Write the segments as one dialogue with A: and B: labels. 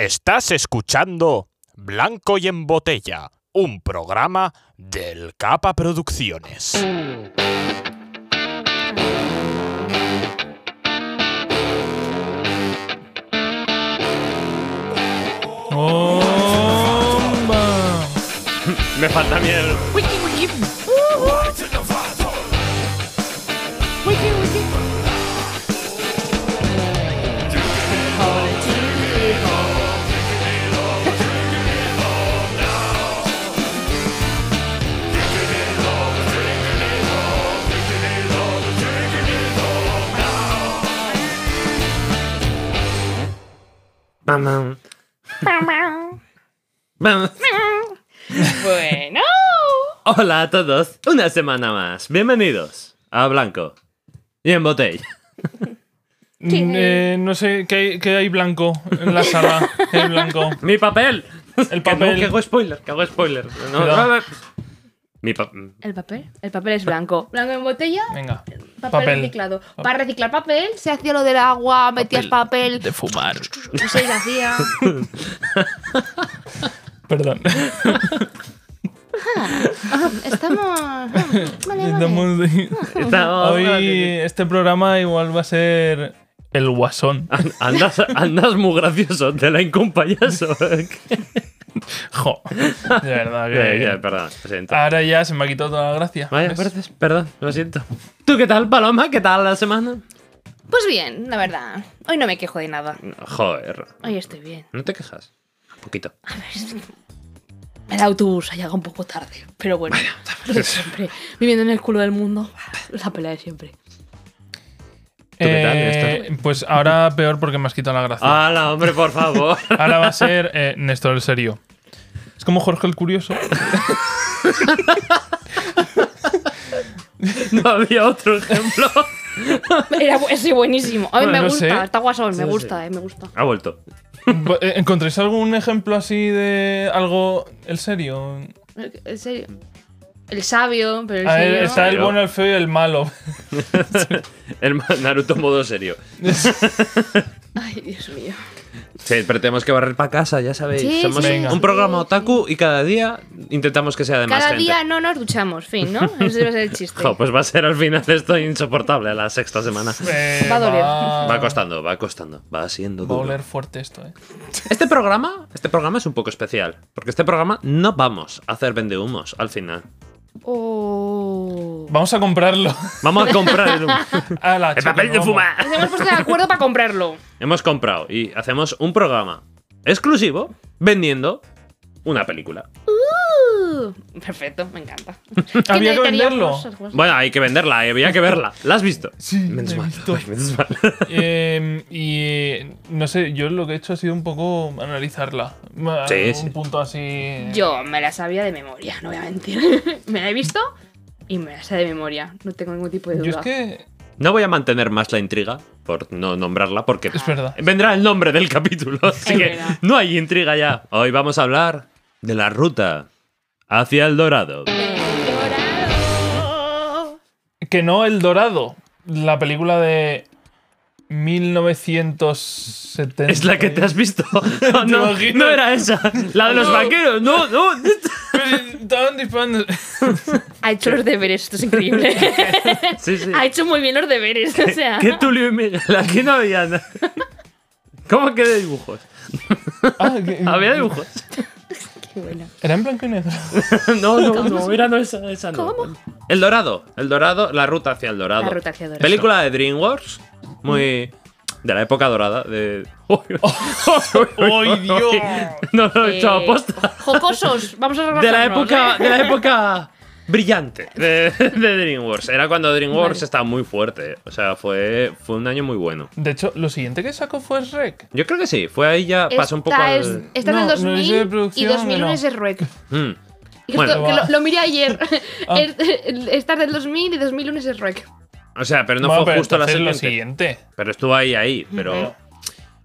A: Estás escuchando Blanco y en Botella, un programa del Capa Producciones.
B: ¡Bomba!
C: Me falta miedo.
B: Mamá.
D: Bueno,
C: Hola a todos, una semana más. Bienvenidos a Blanco y en Botella.
B: Eh, no sé, ¿qué hay, qué hay blanco en la sala? ¿Qué hay blanco?
C: ¡Mi papel!
B: El
C: Que, no, que
B: papel.
C: hago spoiler, que hago spoiler. No,
B: Cuidado.
C: no, no. Mi pa-
D: el papel. El papel es blanco. Blanco en botella,
B: Venga.
D: papel,
B: Papel.
D: reciclado. Para reciclar papel se hacía lo del agua, metías papel,
E: de fumar.
D: no sé, se hacía.
B: Perdón.
D: Estamos. ah, Vale, vale.
B: Estamos de-
C: Estamos-
B: Hoy este programa igual va a ser el guasón.
C: An- Andas, andas muy gracioso, te la incompayaso.
B: Jo. De verdad que...
C: perdón, lo siento.
B: Ahora ya se me ha quitado toda la gracia.
C: Vaya,
B: ¿Ves?
C: gracias, perdón, lo siento. ¿Tú qué tal, Paloma? ¿Qué tal la semana?
D: Pues bien, la verdad. Hoy no me quejo de nada.
C: Joder,
D: Hoy estoy bien.
C: no te quejas. Un poquito.
D: El autobús ha llegado un poco tarde, pero bueno. lo de siempre. Viviendo en el culo del mundo, la pelea de siempre.
C: qué tal? Ah.
B: Eh, pues ahora peor porque me has quitado la gracia.
C: ¡Hala, hombre, por favor!
B: Ahora va a ser eh, Néstor el serio. Es como Jorge el curioso.
C: No había otro ejemplo.
D: Era bu- ese buenísimo. A mí
B: Bueno,
D: me
B: no
D: gusta,
B: sé.
D: está guasón, me
C: Sí,
D: gusta, eh, me gusta.
C: Ha vuelto.
B: Eh, ¿Encontréis algún ejemplo así de algo el serio?
D: En serio. El sabio, pero el
B: A ver,
D: serio-
B: Ah, eh, está el
C: Serio.
B: bueno, el feo y el malo.
C: El ma- Naruto modo serio.
D: Ay, Dios mío.
C: Sí, pero tenemos que barrer para casa, ya sabéis.
D: Sí,
C: Somos
B: sí, Venga.
C: un programa otaku y cada día intentamos que sea de más
D: Cada
C: gente.
D: día no nos duchamos, fin, ¿no? Ese debe ser el chiste.
C: Jo, pues va a ser al final esto insoportable, la sexta semana.
B: Eh,
D: Va a doler.
C: Va costando, va costando, va siendo
B: Va a
C: duro.
B: oler fuerte esto, eh.
C: Este programa, este programa es un poco especial, porque este programa no vamos a hacer vendehumos al final.
D: Oh.
B: Vamos a comprarlo.
C: Vamos a comprar el, humo.
B: A la
C: El papel de fumar.
D: Nos hemos puesto de acuerdo para comprarlo.
C: Hemos comprado y hacemos un programa exclusivo vendiendo una película.
D: Uh, perfecto, me encanta.
B: Había que
D: Teníamos
B: venderlo.
D: cosas, cosas.
C: Bueno, hay que venderla, eh, había que verla. ¿La has visto?
B: Sí,
C: Menos
B: la he
C: mal.
B: visto.
C: Ay, menos mal.
B: Eh, y no sé, yo lo que he hecho ha sido un poco analizarla. Ma-
C: Sí,
B: un
C: sí.
B: punto así.
D: Yo me la sabía de memoria, no voy a mentir. me la he visto y me la sé de memoria. No tengo ningún tipo de duda.
B: Yo es que.
C: No voy a mantener más la intriga por no nombrarla porque
B: Es verdad.
C: vendrá el nombre del capítulo. Así
D: Es
C: que
D: verdad.
C: no hay intriga ya. Hoy vamos a hablar de la ruta hacia el dorado.
B: Que no El Dorado. La película de. 1970.
C: Es la que te has visto. No, no,
B: imaginas?
C: no era esa. La de los vaqueros. No, no.
B: Pero Estaban disparando.
D: Ha hecho los deberes, esto es increíble.
C: Sí, sí.
D: ha hecho muy bien los deberes, o sea.
C: ¿Qué Tulio y Miguel? Aquí no había nada. ¿Cómo que de dibujos?
B: Ah, que-
C: ¿Había dibujos?
D: Qué bueno.
B: Era en blanco y negro.
C: No, no, no. Era no esa, esa no.
D: ¿Cómo?
C: El dorado. El dorado. La ruta hacia el dorado.
D: La ruta hacia el dorado. Mm.
C: Película de DreamWorks. Muy. De la época dorada. De. ¡Ay,
B: Dios!
C: No lo he hecho
D: Eh,
C: aposta.
D: Jocosos, vamos a
C: De la
D: relajarnos,
C: época.
D: ¿eh?
C: De la época. Brillante de, de DreamWorks. Era cuando DreamWorks
D: Vale.
C: estaba muy fuerte. O sea, fue, fue un año muy bueno.
B: De hecho, lo siguiente que sacó fue Shrek.
C: Yo creo que sí. Fue ahí ya. Pasó un poco.
D: ¿eh? Esta
C: al-
D: es, esta
B: No,
D: es
B: no
D: del
B: es de
D: 2000 y
B: producción,
D: 2001
B: no.
D: es de Ruec.
C: Mm.
D: Y
C: Bueno.
D: esto- que lo,
B: Ah.
D: lo miré ayer.
B: Ah.
D: Es- Esta es del 2000 y 2001 es de Ruec.
C: O sea, pero no
B: Bueno,
C: fue
B: pero
C: justo la
B: entonces
C: siguiente.
B: lo siguiente.
C: Pero estuvo ahí, ahí. Pero.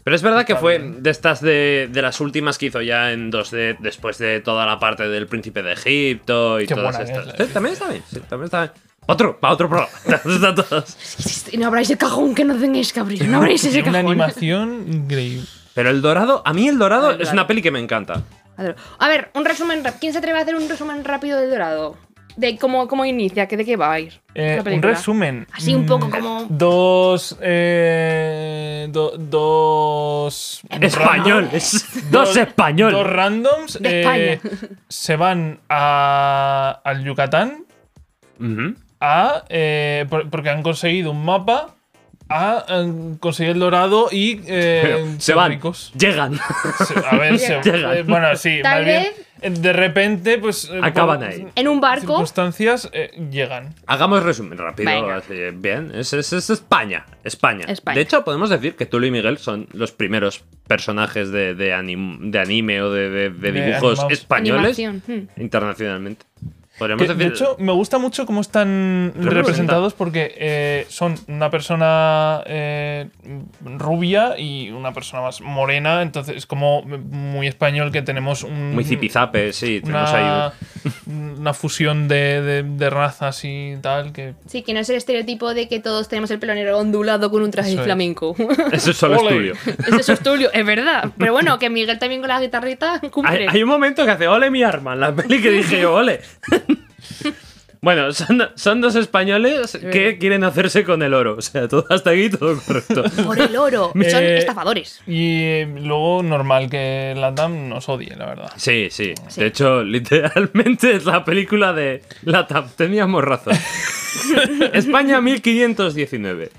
C: Pero es verdad que fue de estas de, de las últimas que hizo ya en 2D, después de toda la parte del príncipe de Egipto y
B: Qué
C: todas
B: buena
C: estas.
B: es la
C: Sí, también está bien, sí, también está bien. Otro, para otro programa. Están todas.
D: Y no abráis el cajón que no tengáis que abrir. No abráis ese
B: Tiene
D: cajón.
B: una animación increíble.
C: Pero el dorado, a mí el dorado
D: El
C: es
D: Dorado.
C: una peli que me encanta.
D: Adoro. A ver, un resumen. rap- ¿Quién se atreve a hacer un resumen rápido del Dorado? De cómo, cómo inicia, que de qué va a ir.
B: Eh,
D: la
B: un
D: película.
B: resumen.
D: Así un poco
B: Mm,
D: como-
B: Dos. eh, do- dos.
C: Españoles.
B: Dos-
C: Dos españoles.
B: Dos randoms.
D: De
B: eh,
D: España.
B: se van a, al Yucatán
C: Ujú.
B: a. eh, por- porque han conseguido un mapa. A eh, conseguir el dorado y. eh,
C: Pero se
B: ser
C: van.
B: ricos.
C: Llegan.
B: Se- A ver, se-
C: Llegan.
B: eh, bueno, sí,
D: Tal
B: más bien, eh, de repente, pues. eh,
C: Acaban
B: por
C: ahí.
D: En un barco.
B: Circunstancias eh, llegan.
C: Hagamos resumen rápido.
D: Venga.
C: así, Bien, es, es- es España, España.
D: España.
C: De hecho, podemos decir que Tulo y Miguel son los primeros personajes de, de anim- de anime o de, de-
B: De
C: de dibujos
B: animados.
C: españoles
D: Animación, hmm.
C: internacionalmente. Podríamos
B: Que, de
C: decir.
B: hecho, me gusta mucho cómo están
C: Representa.
B: representados porque eh, son una persona eh, rubia y una persona más morena, entonces es como muy español que tenemos un...
C: muy zipizape, sí. Tenemos ahí.
B: mm, una, una fusión de, de- de razas y tal que...
D: Sí, que no es el estereotipo de que todos tenemos el pelo negro ondulado con un traje
B: Eso es.
D: flamenco.
C: Eso es solo
B: Ole.
C: estudio.
D: Ese es Tulio, es verdad. Pero bueno, que Miguel también con la guitarrita
C: Hay,
D: cumple.
C: hay un momento que hace ole mi arma en la peli que dije yo, ole. bueno, son, son dos españoles que quieren hacerse con el oro. O sea, todo hasta aquí todo correcto.
D: Por el oro. Son
B: Eh,
D: estafadores.
B: Y eh, luego normal que Latam nos odie, la verdad.
C: Sí, sí. De hecho, literalmente es la película de la TAP. Teníamos razón. España 1519.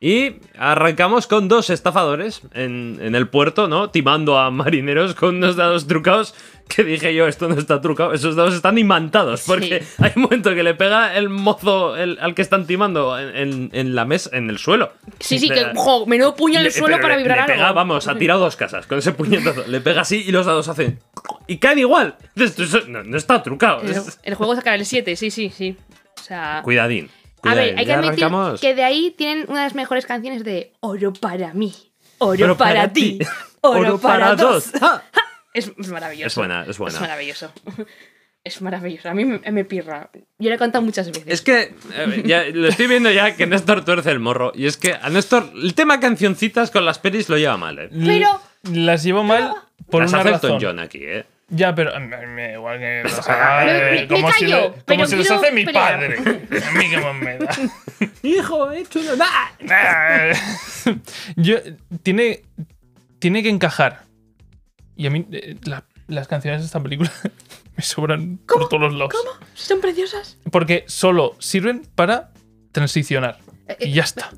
C: Y arrancamos con dos estafadores en, en el puerto, ¿no? Timando a marineros con unos dados trucados. Que dije yo, esto no está trucado. Esos dados están imantados. Porque hay un momento que le pega el mozo el- al que están timando en, en- en la mesa, en el suelo.
D: Sí, sí,
C: Le-
D: que jo, menudo puño en el
C: le-
D: suelo
C: pero
D: para
C: le-
D: vibrar
C: le
D: algo.
C: pega, vamos, ha tirado dos casas con ese puñetazo. le pega así y los dados hacen. Y caen igual. Esto- eso- no, no está trucado.
D: El,
C: Es-
D: el juego saca el 7, sí, sí, sí. O sea.
C: Cuidadín.
D: A
C: cuidadín.
D: ver, hay que
C: Ya
D: admitir
C: arrancamos.
D: que de ahí tienen una de las mejores canciones de Oro para mí,
C: Pero
D: Oro para, ti, Oro, para, dos.
C: Ah.
D: Es, es maravilloso.
C: Es buena, es buena.
D: Es maravilloso. Es maravilloso. A mí me, me pirra. Yo la he cantado muchas veces.
C: Es que eh, ya, lo estoy viendo ya que Néstor tuerce el morro. Y es que a Néstor el tema cancioncitas con las pelis lo lleva mal, ¿eh?
D: Pero-
B: Las llevo mal por
C: las
B: una
C: hace
B: razón.
C: Elton John aquí, ¿eh?
B: Ya, pero a mí me da igual que los
C: Ah,
B: haga,
D: Me- me-
B: eh,
D: me
B: como si,
D: callo,
B: lo- como
D: pero
B: si los
D: quiero
B: hace mi
D: pelear.
B: padre. A mí que más me da.
C: Hijo, he hecho una. ¡Ah!
B: Ah. Yo, tiene, tiene que encajar. Y a mí eh, la- las canciones de esta película me sobran por todos los lados.
D: ¿Cómo? ¿Son preciosas?
B: Porque solo sirven para transicionar.
D: Eh, eh,
B: Y ya está.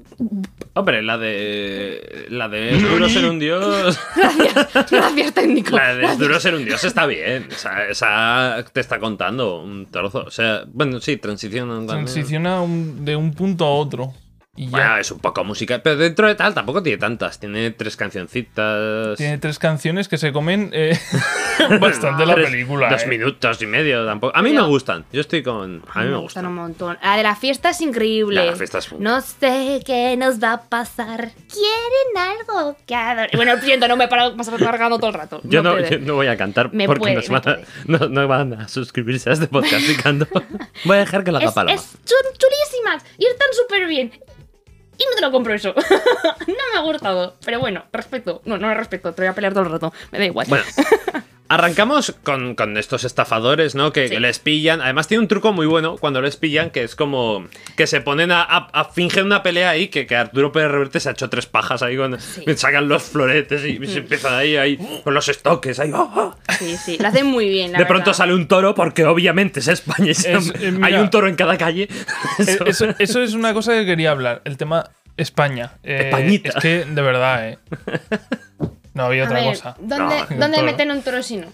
C: Hombre, la de. La de. Duro ser un dios.
D: Gracias, gracias técnico.
C: La de es
D: Gracias.
C: duro ser un dios está bien. Esa, esa te está contando un trozo. O sea, bueno, sí, transición. también.
B: Transiciona un- de un punto a otro. Y ya.
C: Bueno, es un poco musical. Pero dentro de tal tampoco tiene tantas. Tiene tres cancioncitas.
B: Tiene tres canciones que se comen eh, bastante la
C: tres-
B: película.
C: Dos
B: eh.
C: minutos y medio tampoco. A mí me gustan. Yo estoy con. A mí me
D: un
C: gustan.
D: montón. La de la fiesta es increíble.
C: La de la fiesta es-
D: No sé qué nos va a pasar. ¿Quieren algo que ador- Bueno, lo siento, no me he parado, me he estado cargando todo el rato.
C: Yo no,
D: puede.
C: yo no voy a cantar
D: Me
C: porque
D: puede,
C: nos
D: me
C: van a, no, no van a suscribirse a este podcast picando. Voy a dejar que la
D: Es,
C: haga Paloma.
D: es- son chulísimas y están súper bien. Y no te lo compro eso. no me ha gustado. Pero bueno, respeto. No, no lo respeto. Te voy a pelear todo el rato. Me da igual.
C: Bueno, arrancamos con, con estos estafadores, ¿no? Que,
D: Sí.
C: que les pillan. Además, tiene un truco muy bueno cuando les pillan, que es como que se ponen a, a- a fingir una pelea ahí, que, que Arturo Pérez Reverte se ha hecho tres pajas ahí con. Sacan los floretes y,
D: Mm.
C: se empiezan ahí, ahí, con los estoques, ahí. ¡ah, ah!
D: Sí, sí. Lo hacen muy bien. la
C: De pronto
D: verdad.
C: sale un toro, porque obviamente es España. y se-
B: Es- eh,
C: hay
B: mira.
C: un toro en cada calle.
B: Eh,
C: Eso-
B: Eso, eso es una cosa que quería hablar, el tema España. Eh,
C: Españita.
B: Es que, de verdad, eh. No había
D: A
B: otra
D: ver,
B: cosa.
D: ¿dónde,
B: No,
D: ¿dónde
B: todo.
D: meten un toro si no?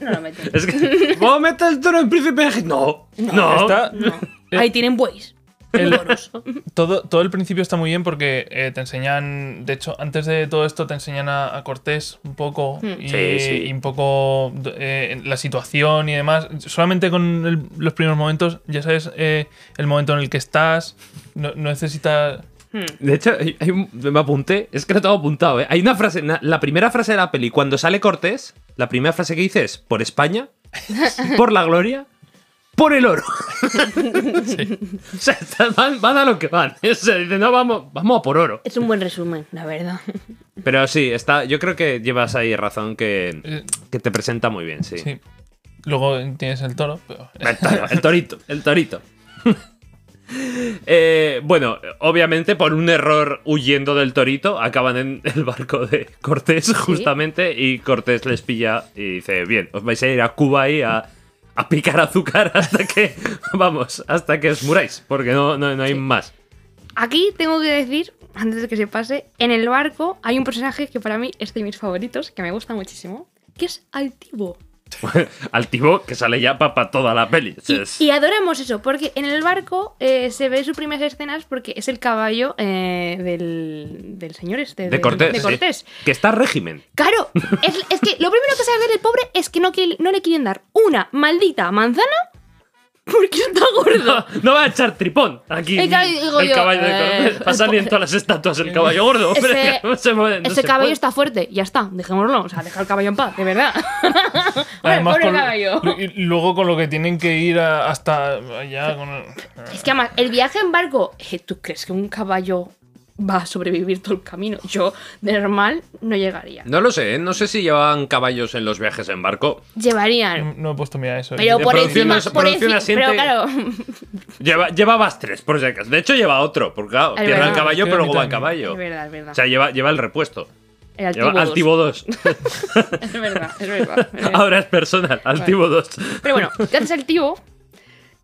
D: No lo meten.
C: Es que. ¿Vamos a meter el toro en Príncipe de Egipto? No. No.
B: Está-
D: No. Ahí tienen bueyes.
B: El-
D: Loros.
B: todo, todo el principio está muy bien porque eh, te enseñan, de hecho, antes de todo esto te enseñan a, a Cortés un poco
D: Hmm.
B: y,
C: Sí, sí.
B: y un poco eh, la situación y demás. Solamente con el- los primeros momentos ya sabes eh, el momento en el que estás, no, no necesitas...
C: De hecho, hay- hay un- me apunté, es que no tengo apuntado, ¿eh? Hay una frase, na- la primera frase de la peli, cuando sale Cortés, la primera frase que dice es, por España, por la gloria, por el oro. O sea, están- van, van a lo que van. O sea, dicen, no, vamos, vamos a por oro.
D: Es un buen resumen, la verdad.
C: Pero sí, está, yo creo que llevas ahí razón que,
B: Eh,
C: que te presenta muy bien, sí.
B: sí. Luego tienes el toro, pero.
C: El, toro, el torito, el torito. Eh, bueno, obviamente por un error huyendo del torito, acaban en el barco de Cortés, justamente, y Cortés les pilla y dice, bien, os vais a ir a Cuba y a, a picar azúcar hasta que, vamos, hasta que os muráis, porque no, no, no hay más.
D: Aquí tengo que decir, antes de que se pase, en el barco hay un personaje que para mí es de mis favoritos, que me gusta muchísimo, que es altivo.
C: Al tibo que sale ya para toda la peli.
D: Y,
C: Es-
D: y adoramos eso, porque en el barco eh, se ve sus primeras escenas porque es el caballo eh, del, del señor este.
C: de
D: del-
C: Cortés.
D: de Cortés.
C: sí. Que está régimen.
D: Claro, es, es que lo primero que sabe ver el pobre es que no, quiere- no le quieren dar una maldita manzana porque está gordo.
C: No va a echar tripón aquí.
D: El
C: El,
D: ca- digo yo,
C: caballo de Cortés.
D: eh,
C: Va a salir en todas las estatuas el caballo gordo.
D: Ese-
C: hombre, que no se mueve, no
D: Ese
C: se
D: caballo
C: puede.
D: está fuerte, ya está, dejémoslo, o sea, deja el caballo en paz, de verdad. Hombre,
B: Además,
D: pobre
B: con-
D: caballo.
B: y luego con lo que tienen que ir a- hasta allá. Con
D: Es que además, el viaje en barco, eh, ¿tú crees que un caballo va a sobrevivir todo el camino? Yo, de normal, no llegaría.
C: No lo sé, ¿eh? no sé si llevaban caballos en los viajes en barco.
D: Llevarían.
B: No he puesto mira eso. Eh,
D: Pero
C: Mm, de
D: por
C: producción
D: encima,
C: as-
D: por
C: producción
D: encima,
C: asiente-
D: pero claro,
C: Lleva- llevabas tres, por si acaso. De hecho, lleva otro, porque claro,
D: Es
C: pierde el
D: verdad.
C: caballo,
B: Estoy
C: pero
B: a
C: luego va el
B: mitad,
C: caballo.
D: es verdad, es verdad.
C: O sea, lleva, lleva el repuesto.
D: el altivo,
C: Lleva
D: dos.
C: altivo 2.
D: Es verdad, es verdad. es verdad.
C: Ahora es personal, altivo 2.
D: Pero bueno, gracias al tío,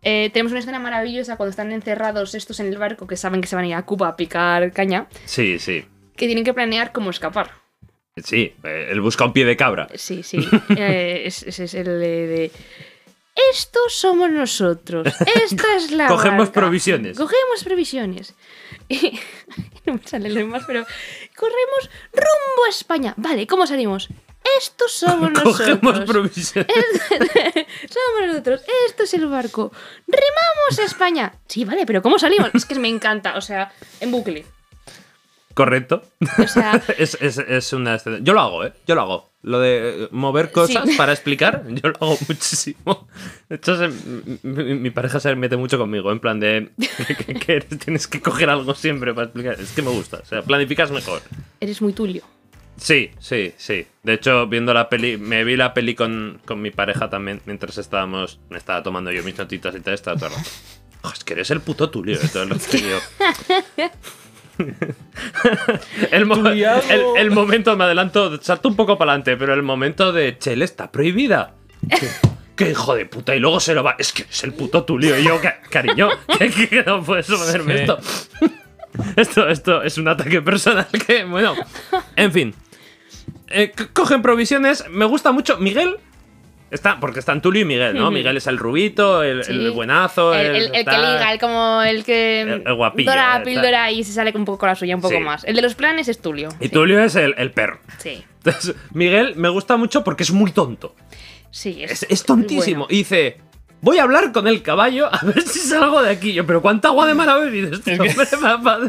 D: eh, tenemos una escena maravillosa cuando están encerrados estos en el barco que saben que se van a ir a Cuba a picar caña,
C: Sí, sí.
D: que tienen que planear cómo escapar.
C: Sí, eh, él busca un pie de cabra.
D: Sí, sí. eh, es- Ese es, el eh, de. Estos somos nosotros. Esta es la.
C: Cogemos
D: barca,
C: provisiones.
D: Cogemos provisiones. Y- no me sale lo demás, pero. Corremos rumbo a España. Vale, ¿cómo salimos? Estos somos nosotros.
C: Cogemos provisiones.
D: Somos nosotros, esto es el barco. ¡Remamos a España! Sí, vale, pero ¿cómo salimos? Es que me encanta, o sea, en bucle.
C: Correcto.
D: O sea,
C: Es, es- es una escena. Yo lo hago, ¿eh? Yo lo hago. Lo de eh, mover cosas
D: Sí.
C: para explicar, yo lo hago muchísimo. De hecho, se- m- m- mi pareja se mete mucho conmigo, en plan de que, que- que tienes que coger algo siempre para explicar. Es que me gusta, o sea, planificas mejor.
D: eres muy tulio.
C: Sí, sí, sí. De hecho, viendo la peli, me vi la peli con, con mi pareja también mientras estábamos, me estaba tomando yo mis notitas y tal, estaba todo el rato, "Jo, Es que eres el puto Tulio de todo el rato, tío". el, mo-
B: Tuliado.
C: el- el momento, me adelanto, salto un poco para adelante, pero el momento de Chel está prohibida. ¿Qué, qué hijo de puta? Y luego se lo va. Es que es el puto Tulio. Y yo, "Ca- cariño, que, que no puedes ponerme
B: Sí.
C: esto. Esto, esto es un ataque personal que, bueno, en fin. Eh, c- cogen provisiones, me gusta mucho. Miguel está, porque están Tulio y Miguel, ¿no?
D: Ujú.
C: Miguel es el rubito, el, el
D: Sí.
C: buenazo,
D: El, el- el que
C: tal.
D: liga, el como el que.
C: El- el guapillo,
D: Dora
C: el
D: la
C: tal.
D: píldora y se sale un poco con la suya, un poco
C: Sí.
D: más. El de los planes es Tulio.
C: Y
D: sí,
C: Tulio es el, el perro.
D: Sí,
C: Entonces, Miguel me gusta mucho porque es muy tonto.
D: sí.
C: Es, es tontísimo.
D: bueno.
C: Y dice. Voy a hablar con el caballo a ver si salgo de aquí. Yo, pero ¿cuánta agua de mar ha bebido este
B: Es que-
C: hombre, papá?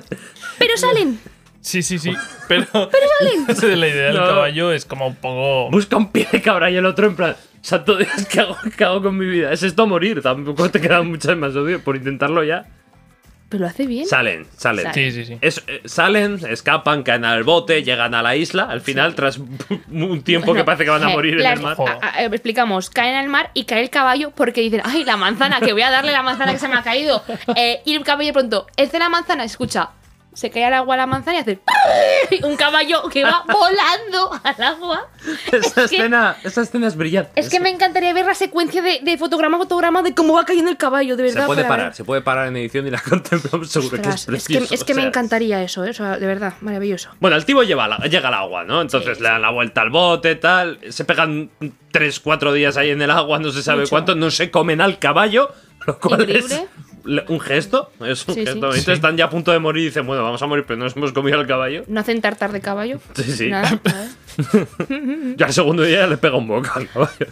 D: Pero salen.
B: Sí, sí, sí. Pero. Pero la idea del
C: No.
B: caballo es como un poco.
C: Busca un pie de cabra y el otro en plan, santo Dios, ¿qué hago, qué hago con mi vida? Es esto morir, tampoco te quedan muchas más, odio, por intentarlo ya.
D: Pero lo hace bien.
C: Salen, salen.
B: Sí,
D: Salen.
B: sí, sí.
C: Es- eh, salen, escapan, caen al bote, llegan a la isla, al final, tras un tiempo que parece que van a
D: Eh,
C: morir en
D: las-
C: el mar.
D: a- a- explicamos, caen al mar y cae el caballo porque dicen, ay, la manzana, que voy a darle la manzana que se me ha caído. Eh, y el caballo pronto, es de la manzana, escucha, se cae al agua la manzana y hace ¡ay! un caballo que va volando al agua.
C: Esa,
D: que-
C: escena, esa escena es brillante.
D: Es que me encantaría ver la secuencia de, de fotograma a fotograma de cómo va cayendo el caballo, de verdad.
C: Se puede
D: para ver.
C: parar, se puede parar en edición y la contemplamos seguro
D: Ostras,
C: que es
D: es que,
C: precioso.
D: es que
C: o
D: me
C: sea.
D: encantaría eso, eh, o sea, de verdad, maravilloso.
C: Bueno, el tibo lleva la- llega al agua, ¿no? Entonces
D: Sí,
C: le dan la vuelta al bote, tal. Se pegan 3, 4 días ahí en el agua, no se sabe
D: Mucho.
C: cuánto. No se comen al caballo, lo cual
D: Increíble.
C: es le- un gesto. Es un
D: Sí, sí.
C: gesto. bonito.
B: Sí.
C: Están ya a punto de morir y dicen, bueno, vamos a morir, pero nos hemos comido al caballo.
D: No hacen tartar de caballo.
C: Sí, sí.
D: Nada, nada.
C: Yo al segundo día ya le pego un boca al caballo.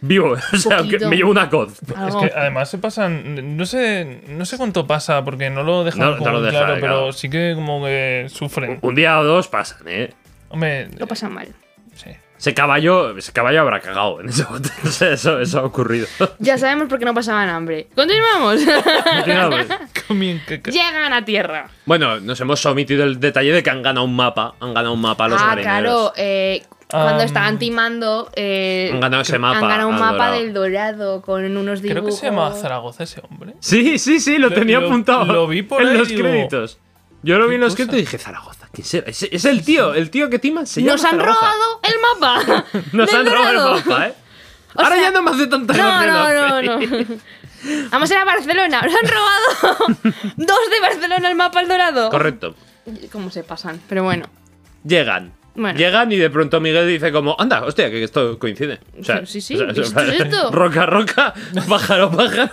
C: Vivo, o sea,
D: Poquito.
C: que me llevo una coz.
B: Es
D: Algo.
B: que además se pasan. No sé, no sé cuánto pasa porque no lo dejan
C: No, no
B: como
C: lo
B: muy
C: deja,
B: claro,
C: claro.
B: pero sí que como que sufren.
C: Un día o dos pasan, ¿eh?
B: Hombre,
D: Lo pasan mal.
B: sí.
C: Ese caballo, ese caballo habrá cagado en ese bote. O sea, eso, eso ha ocurrido.
D: Ya sabemos por qué no pasaban hambre. Continuamos.
C: No tiene nada que ver.
B: Comían caca.
D: Llegan a tierra.
C: bueno, nos hemos omitido el detalle de que han ganado un mapa. Han ganado un mapa los
D: ah,
C: marineros.
D: claro. eh, cuando
B: Am.
D: estaban timando, eh,
C: Han ganado ese mapa.
D: han ganado un
C: al
D: mapa
C: dorado.
D: del dorado con unos dibujos.
B: Creo que se llamaba Zaragoza ese hombre.
C: Sí, sí, sí, lo,
B: Lo-
C: tenía
B: lo-
C: apuntado.
B: lo vi por
C: en
B: ahí
C: los
B: y digo,
C: créditos. Yo lo vi en los
B: cosa?
C: créditos y dije, Zaragoza, ¿quién será? Es, es el tío, el tío que timan se llama
D: Nos han
C: Zaragoza.
D: robado el mapa.
C: Nos
D: del
C: han robado
D: dorado.
C: el mapa, ¿eh?
D: O
C: Ahora
D: sea,
C: ya no me hace tanta
D: No,
C: gracia,
D: no, no,
C: sé.
D: no. Vamos a ir a Barcelona. Nos han robado dos de Barcelona el mapa al dorado.
C: Correcto.
D: ¿Cómo se pasan? Pero bueno.
C: Llegan.
D: Bueno.
C: Llegan y de pronto Miguel dice como, anda, hostia, que esto coincide. O sea,
D: Sí, sí,
C: o sea,
D: ¿esto es esto?
C: Roca, roca, pájaro, pájaro.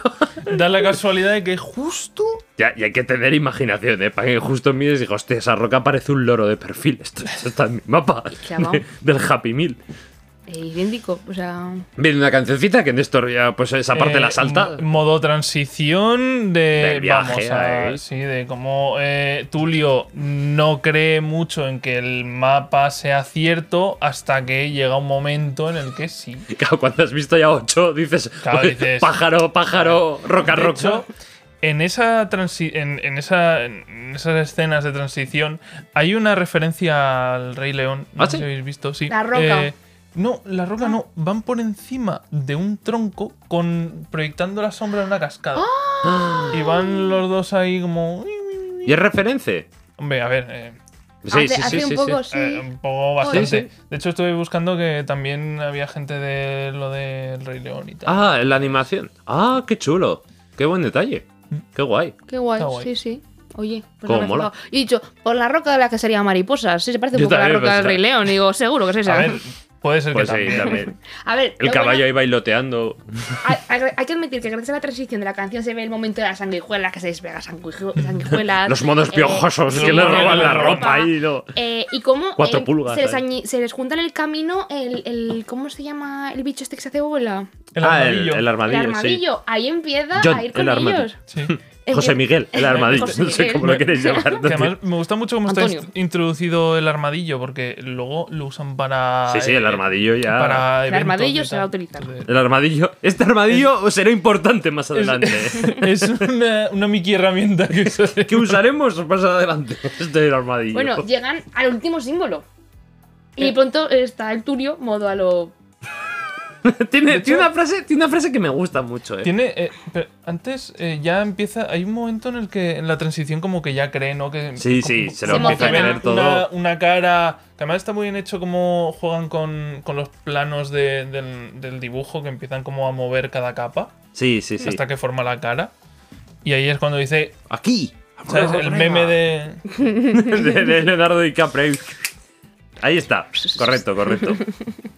B: Da la casualidad de que justo
C: Ya, y hay que tener imaginación, ¿eh? Para que justo mires y digas, hostia, esa roca parece un loro de perfil. Esto, esto está en mi mapa
D: Clavao.
C: de- del Happy Meal.
D: eh, idéntico. O sea.
C: Viene una cancioncita que Néstor ya, pues esa parte
B: Eh,
C: la salta.
B: mo- Modo transición de.
C: Del
B: vamos
C: viaje
B: a.
C: ahí.
B: Sí, de cómo eh, Tulio no cree mucho en que el mapa sea cierto hasta que llega un momento en el que sí.
C: Claro, cuando has visto ya ocho, dices,
B: Claro,
C: "Oye,
B: dices,
C: pájaro, pájaro, roca,
B: De
C: roca.
B: hecho, en, esa transi- en, en esa, en esas escenas de transición hay una referencia al Rey León. No
C: ¿Ah,
B: sé
C: sí?
B: si habéis visto, sí. Eh,
D: La roca. Ah.
B: no, la roca no. Van por encima de un tronco con proyectando la sombra de una
D: ¡Ah!
B: cascada. Y van los dos ahí como...
C: Ah. ¿Y es referente?
B: Hombre, a ver, eh,
C: Sí,
D: hace
C: sí,
D: hace
C: sí,
D: un
C: sí,
D: poco
C: sí.
D: sí.
B: eh, un poco bastante.
C: Sí,
B: De hecho, estuve buscando que también había gente de lo del Rey León y tal.
C: Ah, en la animación. Ah, qué chulo. Qué buen detalle. Qué guay.
D: Qué guay,
B: Está guay.
D: sí, sí. Oye, pues
C: Cómo
D: no me he
C: mola.
D: fijado. Y he dicho, por la roca de la que sería mariposa. Sí, se parece un
C: Yo
D: poco a la
C: también
D: roca del
C: pensaba.
D: Rey León. Digo, seguro que es esa.
B: a ver, puede ser
C: Pues
B: que
C: sí,
B: también.
C: también.
D: A ver,
C: El
D: lo
C: caballo
D: bueno-
C: ahí bailoteando.
D: hay, hay- hay que admitir que gracias a la transición de la canción se ve el momento de la sanguijuela, que se despega sanguijuela. sanguijuelas.
C: Los monos
D: eh,
C: piojosos que
B: sí,
C: le
B: que
C: roban
B: le
C: la
B: roban.
C: ropa ahí. no.
D: Eh, y cómo
C: Cuatro
D: eh,
C: pulgas,
D: se, les
C: ahí.
D: añi- se les junta en el camino el, el- ¿Cómo se llama el bicho este que se hace bola?
B: El
C: ah, el,
B: armadillo.
C: el armadillo,
D: el armadillo. Ahí empieza
C: John,
D: a ir
C: el
D: con
C: armadillo.
D: ellos.
B: Sí.
C: sí. José Miguel, el armadillo.
D: José
C: No sé
D: Miguel.
C: cómo lo queréis llamar.
B: Que además me gusta mucho cómo está
D: Antonio.
B: inst- introducido el armadillo, porque luego lo usan para.
C: Sí, sí, el
B: eh,
C: armadillo ya.
B: Para
D: El
B: eventos
D: armadillo
B: y
D: se va a
B: tal.
D: utilizar.
B: Entonces,
C: El armadillo. Este armadillo os será importante más adelante. ¿eh?
B: Es una, una Mickey herramienta que usa.
C: ¿Qué usaremos más adelante? Este armadillo.
D: Bueno, llegan al último símbolo. Y
C: Eh.
D: de pronto está el Turio, modo a lo.
C: tiene, tiene una frase, tiene una frase que me gusta mucho. ¿eh?
B: Tiene. eh, pero antes eh, ya empieza. Hay un momento en el que en la transición, como que ya cree, ¿no? Que,
C: Sí,
B: como-
C: sí,
B: como-
C: se lo
D: Se
C: empieza a
D: emociona.
C: querer todo.
B: Una, una cara. Que además está muy bien hecho como juegan con, con los planos de- del, del dibujo, que empiezan como a mover cada capa
C: Sí, sí, sí.
B: hasta que forma la cara. Y ahí es cuando dice.
C: Aquí.
B: ¿Sabes? El meme de.
C: de, de Leonardo DiCaprio. Ahí está. Correcto, correcto.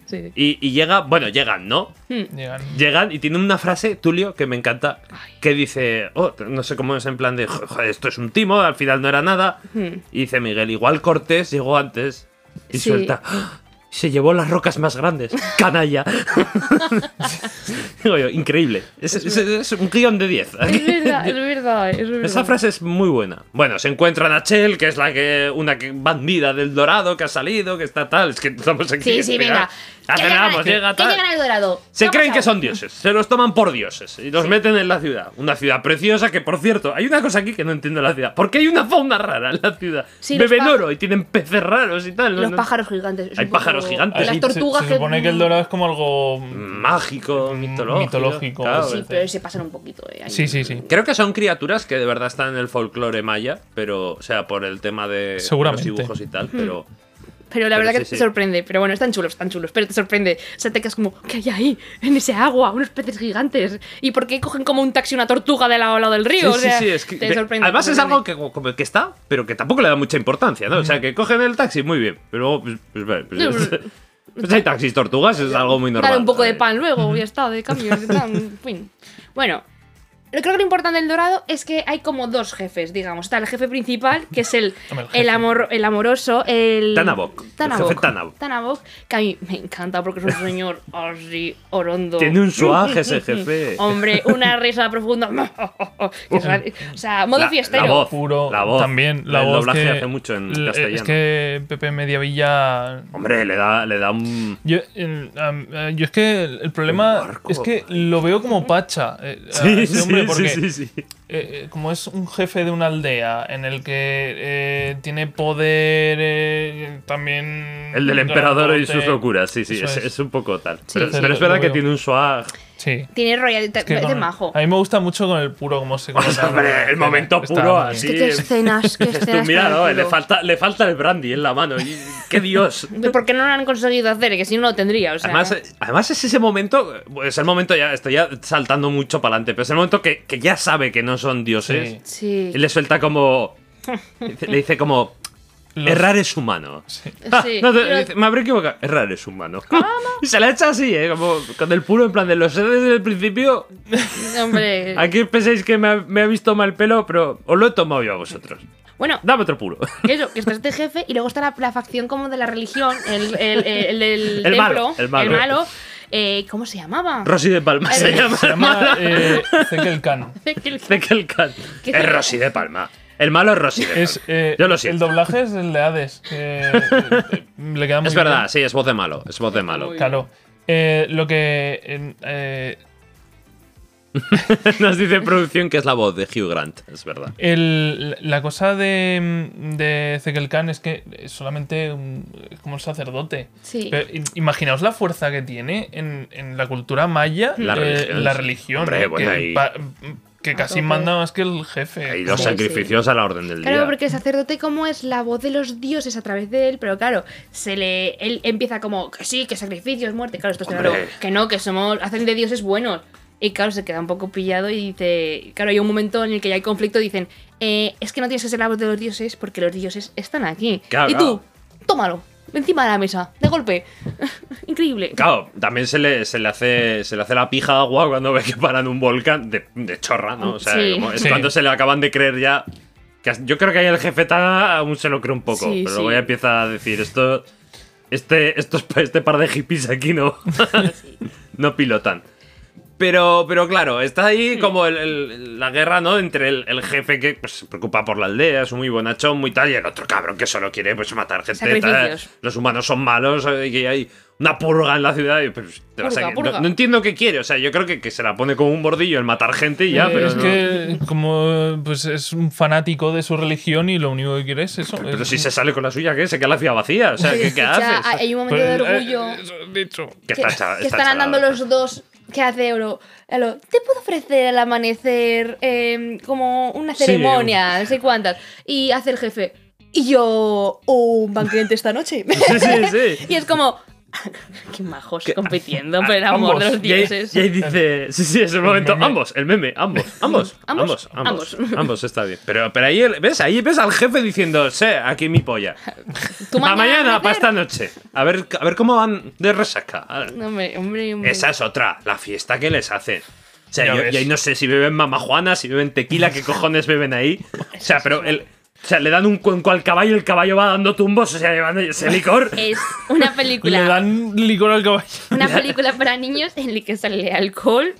D: Sí.
C: Y, y llega, bueno, llegan, ¿no?
B: Llegan.
C: Llegan y tiene una frase, Tulio, que me encanta,
D: Ay.
C: que dice, oh, no sé cómo es, en plan de, "Jo- joder, esto es un timo, al final no era nada.
D: Hmm.
C: Y dice Miguel, igual Cortés llegó antes y
D: Sí.
C: suelta, "¡Ah! se llevó las rocas más grandes, canalla. Digo yo, increíble. Es, es- es un guión de 10.
D: Es verdad, es verdad, es verdad.
C: Esa frase es muy buena. Bueno, se encuentran a Chell, que es la que una que- bandida del Dorado que ha salido, que está tal. Es que estamos aquí.
D: Sí, sí,
C: mira.
D: venga. ¿Qué llegan
C: Aceleramos,
D: aquí?
C: pues, llega
D: ¿Qué
C: tal.
D: llegan al dorado? ¿Qué
C: Se
D: ha
C: creen que
D: pasado?
C: son dioses, se los toman por dioses y los meten en la ciudad. Una ciudad preciosa que, por cierto, hay una cosa aquí que no entiendo en la ciudad. ¿Por qué hay una fauna rara en la ciudad?
D: Sí, los
C: Beben
D: pá-
C: oro y tienen peces raros y tal. no-
D: Los
C: no-
D: pájaros gigantes. es
C: Hay
D: un poco-
C: pájaros gigantes.
D: Las
B: Ahí
D: tortugas mm,
B: se, se supone que el dorado es como algo.
C: Mm. Mágico,
B: Mm,
C: mitológico.
B: mitológico,
C: claro.
D: Sí, pero se pasan un poquito. eh, ahí.
B: Sí, sí, sí.
C: Creo que son criaturas que de verdad están en el folclore maya, pero, o sea, por el tema de los
B: Seguramente.
C: dibujos y tal, pero.
D: Pero la
C: Pero
D: verdad
C: sí,
D: que
C: sí.
D: te sorprende. Pero bueno, están chulos, están chulos. Pero te sorprende. O sea, te quedas como, ¿qué hay ahí? En ese agua, unos peces gigantes. ¿Y por qué cogen como un taxi una tortuga de lado a lado del río?
C: Sí,
D: o sea,
C: sí, sí, es que-
D: te
C: que-
D: sorprende.
C: Además
D: te
C: es
D: sorprende.
C: algo que, como que está, pero que tampoco le da mucha importancia, ¿no? O sea, que cogen el taxi, muy bien, pero luego, pues, pues, vale, pues,
D: Sí,
C: pues hay taxis tortugas, es algo muy normal. eh.
D: Dale un poco de
C: ¿sabes?
D: pan luego, ya está, de cambio. de pan, en fin. Bueno, Pero creo que lo importante del dorado es que hay como dos jefes, digamos. Está el jefe principal, que es el,
B: Hombre, el jefe.
D: el, amor, el amoroso, el.
C: Tanabok. El
D: Tanabok.
C: jefe Tanabok.
D: que a mí me encanta porque es un señor así, orondo.
C: Tiene un suaje ese jefe.
D: Hombre, una risa profunda. Que sale- o sea, modo
C: La- la
D: fiestero.
C: voz.
B: Puro.
C: La voz.
B: También la
C: El
B: voz
C: doblaje
B: que-
C: hace mucho en
B: l-
C: castellano.
B: Es que Pepe Mediavilla.
C: Hombre, le da, le da un.
B: Yo, el- am- eh, yo es que el, el problema
C: barco.
B: es que lo veo como pacha. eh, a
C: Sí,
B: ese
C: sí,
B: hombre, porque,
C: sí, sí, sí.
B: eh, eh, como es un jefe de una aldea en el que eh, tiene poder eh, también.
C: El del emperador y sus
B: grandote.
C: locuras, sí, sí,
B: Eso
C: es,
B: es.
C: es un poco tal.
D: Sí.
C: pero,
D: Sí,
C: pero
B: lo-
C: es verdad
B: lo
C: que
B: veo.
C: tiene un swag.
B: Sí.
D: Tiene royal.
B: Es que
D: es de
B: con-
D: majo.
B: A mí me gusta mucho con el puro, como se coloca.
C: Hombre, el momento
B: Está
C: puro
B: muy bien.
C: así.
D: Es que qué escenas, qué
C: Dices tú,
D: escenas.
C: mira,
D: Este tan
C: no, le
D: chulo.
C: falta, le falta el brandy en la mano. y- ¡Qué dios!
D: ¿Por qué no lo han conseguido hacer? Que si no lo tendría, o sea.
C: Además, eh, además es ese momento, es el momento ya, estoy ya saltando mucho para adelante, pero es el momento que, que ya sabe que no son dioses.
B: Sí.
D: sí.
C: Y le suelta como, le dice como,
B: Los-
C: errar es humano.
B: Sí.
C: Ah,
D: Sí.
C: no, te-
D: Pero-
C: dice, me habré equivocado. Errar es humano. Y se la echa así, ¿eh? Como con el puro en plan de los sé desde el principio.
D: Hombre.
C: Aquí pensáis que me ha, me ha visto mal pelo, pero os lo he tomado yo a vosotros.
D: Bueno,
C: Dame otro puro.
D: que eso, que está este jefe y luego está la, la facción como de la religión, el, el, el, el del
C: El malo,
D: templo,
C: el malo.
D: eh, ¿Cómo se llamaba?
C: Rosy de Palma se llama.
B: Se llama eh, Zekel Khan.
D: El-
C: Dice que el can-
D: ¿Qué
C: Es
D: tal?
C: Rosy de Palma. El malo es Rosy de Palma.
B: Es, eh,
C: Yo lo siento.
B: El doblaje es el de Hades. que, eh, le queda muy
C: Es
B: bien.
C: verdad, sí, es voz de malo. Es voz de malo.
D: muy
B: Claro. Eh, lo que. en- eh,
C: Nos dice producción que es la voz de Hugh Grant. Es verdad.
B: el- la cosa de, de Zekel Khan es que es solamente un- es como un sacerdote.
D: Sí.
B: Pero i- imaginaos la fuerza que tiene en, en la cultura maya
C: La
B: eh,
C: religión,
B: la
C: sí.
B: religión,
C: Hombre,
B: ¿no?
C: bueno,
B: que,
C: ahí-
B: pa- que casi
D: tope.
B: manda más que el jefe.
C: Hay dos
D: Sí,
C: sacrificios a la orden del
D: Claro,
C: día.
D: porque el sacerdote como es la voz de los dioses a través de él, pero claro, se le él empieza como que sí, que sacrificios, muerte, claro, esto es
C: Hombre.
D: claro, que no, que somos hacen de dioses buenos. Y claro, se queda un poco pillado y dice, claro, hay un momento en el que ya hay conflicto, dicen, eh, es que no tienes que ser la voz de los dioses porque los dioses están aquí.
C: Claro,
D: y tú,
C: claro.
D: tómalo, encima de la mesa, de golpe. Increíble.
C: Claro, también se le, se le hace se le hace la pija agua cuando ve que paran un volcán de, de chorra, ¿no? O sea,
D: Sí.
C: como es
B: Sí.
C: cuando se le acaban de creer ya. que as- yo creo que ahí el jefe está, aún se lo cree un poco,
D: Sí,
C: pero luego
D: sí.
C: ya empieza a decir esto. Este, estos, este par de hippies aquí no, no pilotan. Pero, pero claro, está ahí como el- el- la guerra, ¿no? Entre el, el jefe que pues, se preocupa por la aldea, es muy bonachón, muy tal, y el otro cabrón que solo quiere pues matar gente. Tal.
D: Sacrificios.
C: Los humanos son malos, eh, y hay una purga en la ciudad. y, pues, te vas
D: Purga,
C: a- no- No,
D: purga.
C: entiendo qué quiere, o sea, yo creo que, que se la pone como un bordillo el matar gente y ya,
B: Eh,
C: pero
B: es
C: no-
B: que como pues es un fanático de su religión y lo único que quiere es eso.
C: Pero
B: es-
C: si se sale con la suya, ¿qué? Se queda la ciudad vacía, o sea, ¿qué, qué
D: Ya
C: haces?
D: hay un momento
B: Pues,
D: de
B: eh,
D: orgullo.
B: eso he dicho.
C: Que
D: que,
C: está hecha-
D: que
C: está
D: están
C: hecha la-
D: andando los dos que hace oro. A lo, te puedo ofrecer al amanecer eh, como una
C: Sí,
D: ceremonia, no sé cuántas. Y hace el jefe. Y yo, un banquete esta noche.
C: Sí, sí, sí.
D: y es como, qué majos compitiendo por el
C: Ah,
D: amor de
C: ambos.
D: los
C: Y ahí-
D: dioses.
C: Y ahí, dice. Sí, sí, es el momento.
B: meme.
C: Ambos, el meme, ambos, ambos, ambos,
D: Ambos,
C: ambos. Ambos,
D: ambos.
C: está bien. Pero, pero ahí, el- ¿ves? Ahí ves al jefe diciendo, sé, aquí mi polla.
D: Tú
C: Para mañana,
D: amanecer.
C: para esta noche. A ver, a ver cómo van de resaca. Ahora.
D: No, hombre, hombre, hombre.
C: Esa es otra, la fiesta que les hacen. O sea,
B: Ya
C: yo-
B: ves.
C: y ahí no sé si beben mamajuana, si beben tequila, qué cojones beben ahí. O sea, pero el, o sea, le dan un cuenco al caballo y el caballo va dando tumbos, o sea, llevando ese licor.
D: Es una
B: Le
D: película.
B: dan licor al caballo.
D: Una película para niños en la que sale alcohol,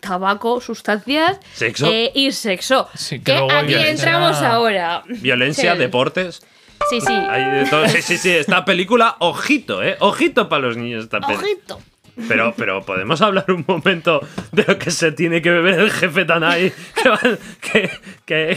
D: tabaco, sustancias
C: Sexo.
D: eh, y sexo.
B: Sí, que
D: que
B: luego
D: aquí
B: violencia.
D: entramos ahora.
C: Violencia,
D: Sí.
C: deportes.
D: Sí, sí.
C: Hay de todo. Sí, sí, sí. Esta película, ojito, ¿eh? Ojito para los niños esta peli.
D: Ojito.
C: Pero, pero podemos hablar un momento de lo que se tiene que beber el jefe Tanay. Que, va- que,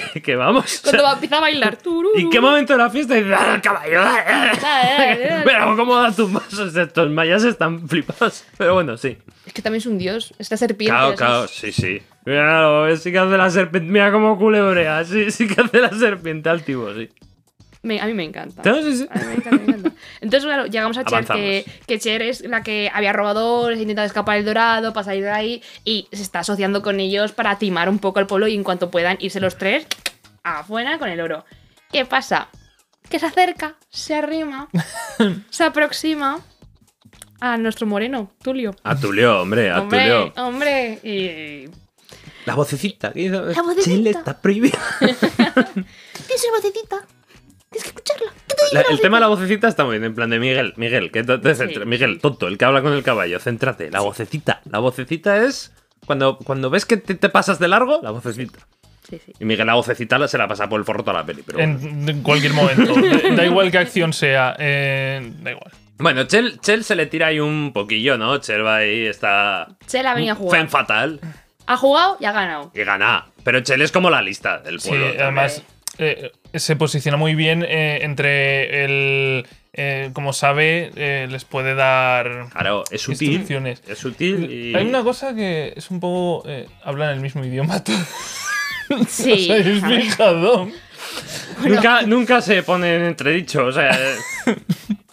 C: que, que vamos. o sea,
D: Cuando va- empieza a bailar. tururú.
C: ¿Y qué momento de la fiesta? Y ¡Ah, el caballo! ah, ah".
D: Dale, dale, dale.
C: Pero cómo da tus masos estos mayas están flipados. Pero bueno, sí.
D: Es que también es un dios. Esta serpiente.
C: Cao,
D: es-
C: cao, sí, sí. Mira, sí que hace la serpiente. Mira cómo culebrea. Sí, sí que hace la serpiente al tipo, sí.
D: me- a mí me encanta.
C: No, sí, sí.
D: A mí me encanta, me encanta. Entonces, claro, llegamos a Cher,
C: Avanzamos.
D: que, que Cher es la que había robado, les ha intentado escapar el dorado, para salir de ahí, y se está asociando con ellos para timar un poco al pueblo y en cuanto puedan irse los tres, afuera con el oro. ¿Qué pasa? Que se acerca, se arrima, se aproxima a nuestro moreno, Tulio.
C: A Tulio, hombre, a
D: Hombre,
C: Tulio.
D: hombre, y
C: La vocecita. ¿qué hizo?
D: La vocecita.
C: Chile está prohibida.
D: Tienes una vocecita. Tienes que escucharla.
C: La- el tema de la vocecita está muy bien, en plan de Miguel, Miguel, que te- te centra-
D: Sí.
C: Miguel, tonto, el que habla con el caballo, céntrate, la vocecita, la vocecita es cuando, cuando ves que te, te pasas de largo, la vocecita.
D: Sí, sí.
C: Y Miguel la vocecita la- se la pasa por el forro toda la peli, pero bueno.
B: En, en cualquier momento. Da- Da igual qué acción sea. eh, da igual.
C: Bueno, Chel, Chel se le tira ahí un poquillo, ¿no? Chel va ahí, está
D: Chel ha venido a jugar.
C: fen fatal
D: Ha jugado y ha ganado.
C: y gana. Pero Chel es como la lista del
B: Sí,
C: pueblo. también.
B: además eh, se posiciona muy bien eh, entre el. eh, como sabe, eh, les puede dar
C: Claro, es sutil.
B: instrucciones.
C: Es sutil y...
B: Hay una cosa que es un poco. eh, hablan el mismo idioma todos. ¿Os
D: Sí.
B: habéis
D: a ver.
B: fijado?
C: Nunca, nunca se pone en entredicho, o sea. eh,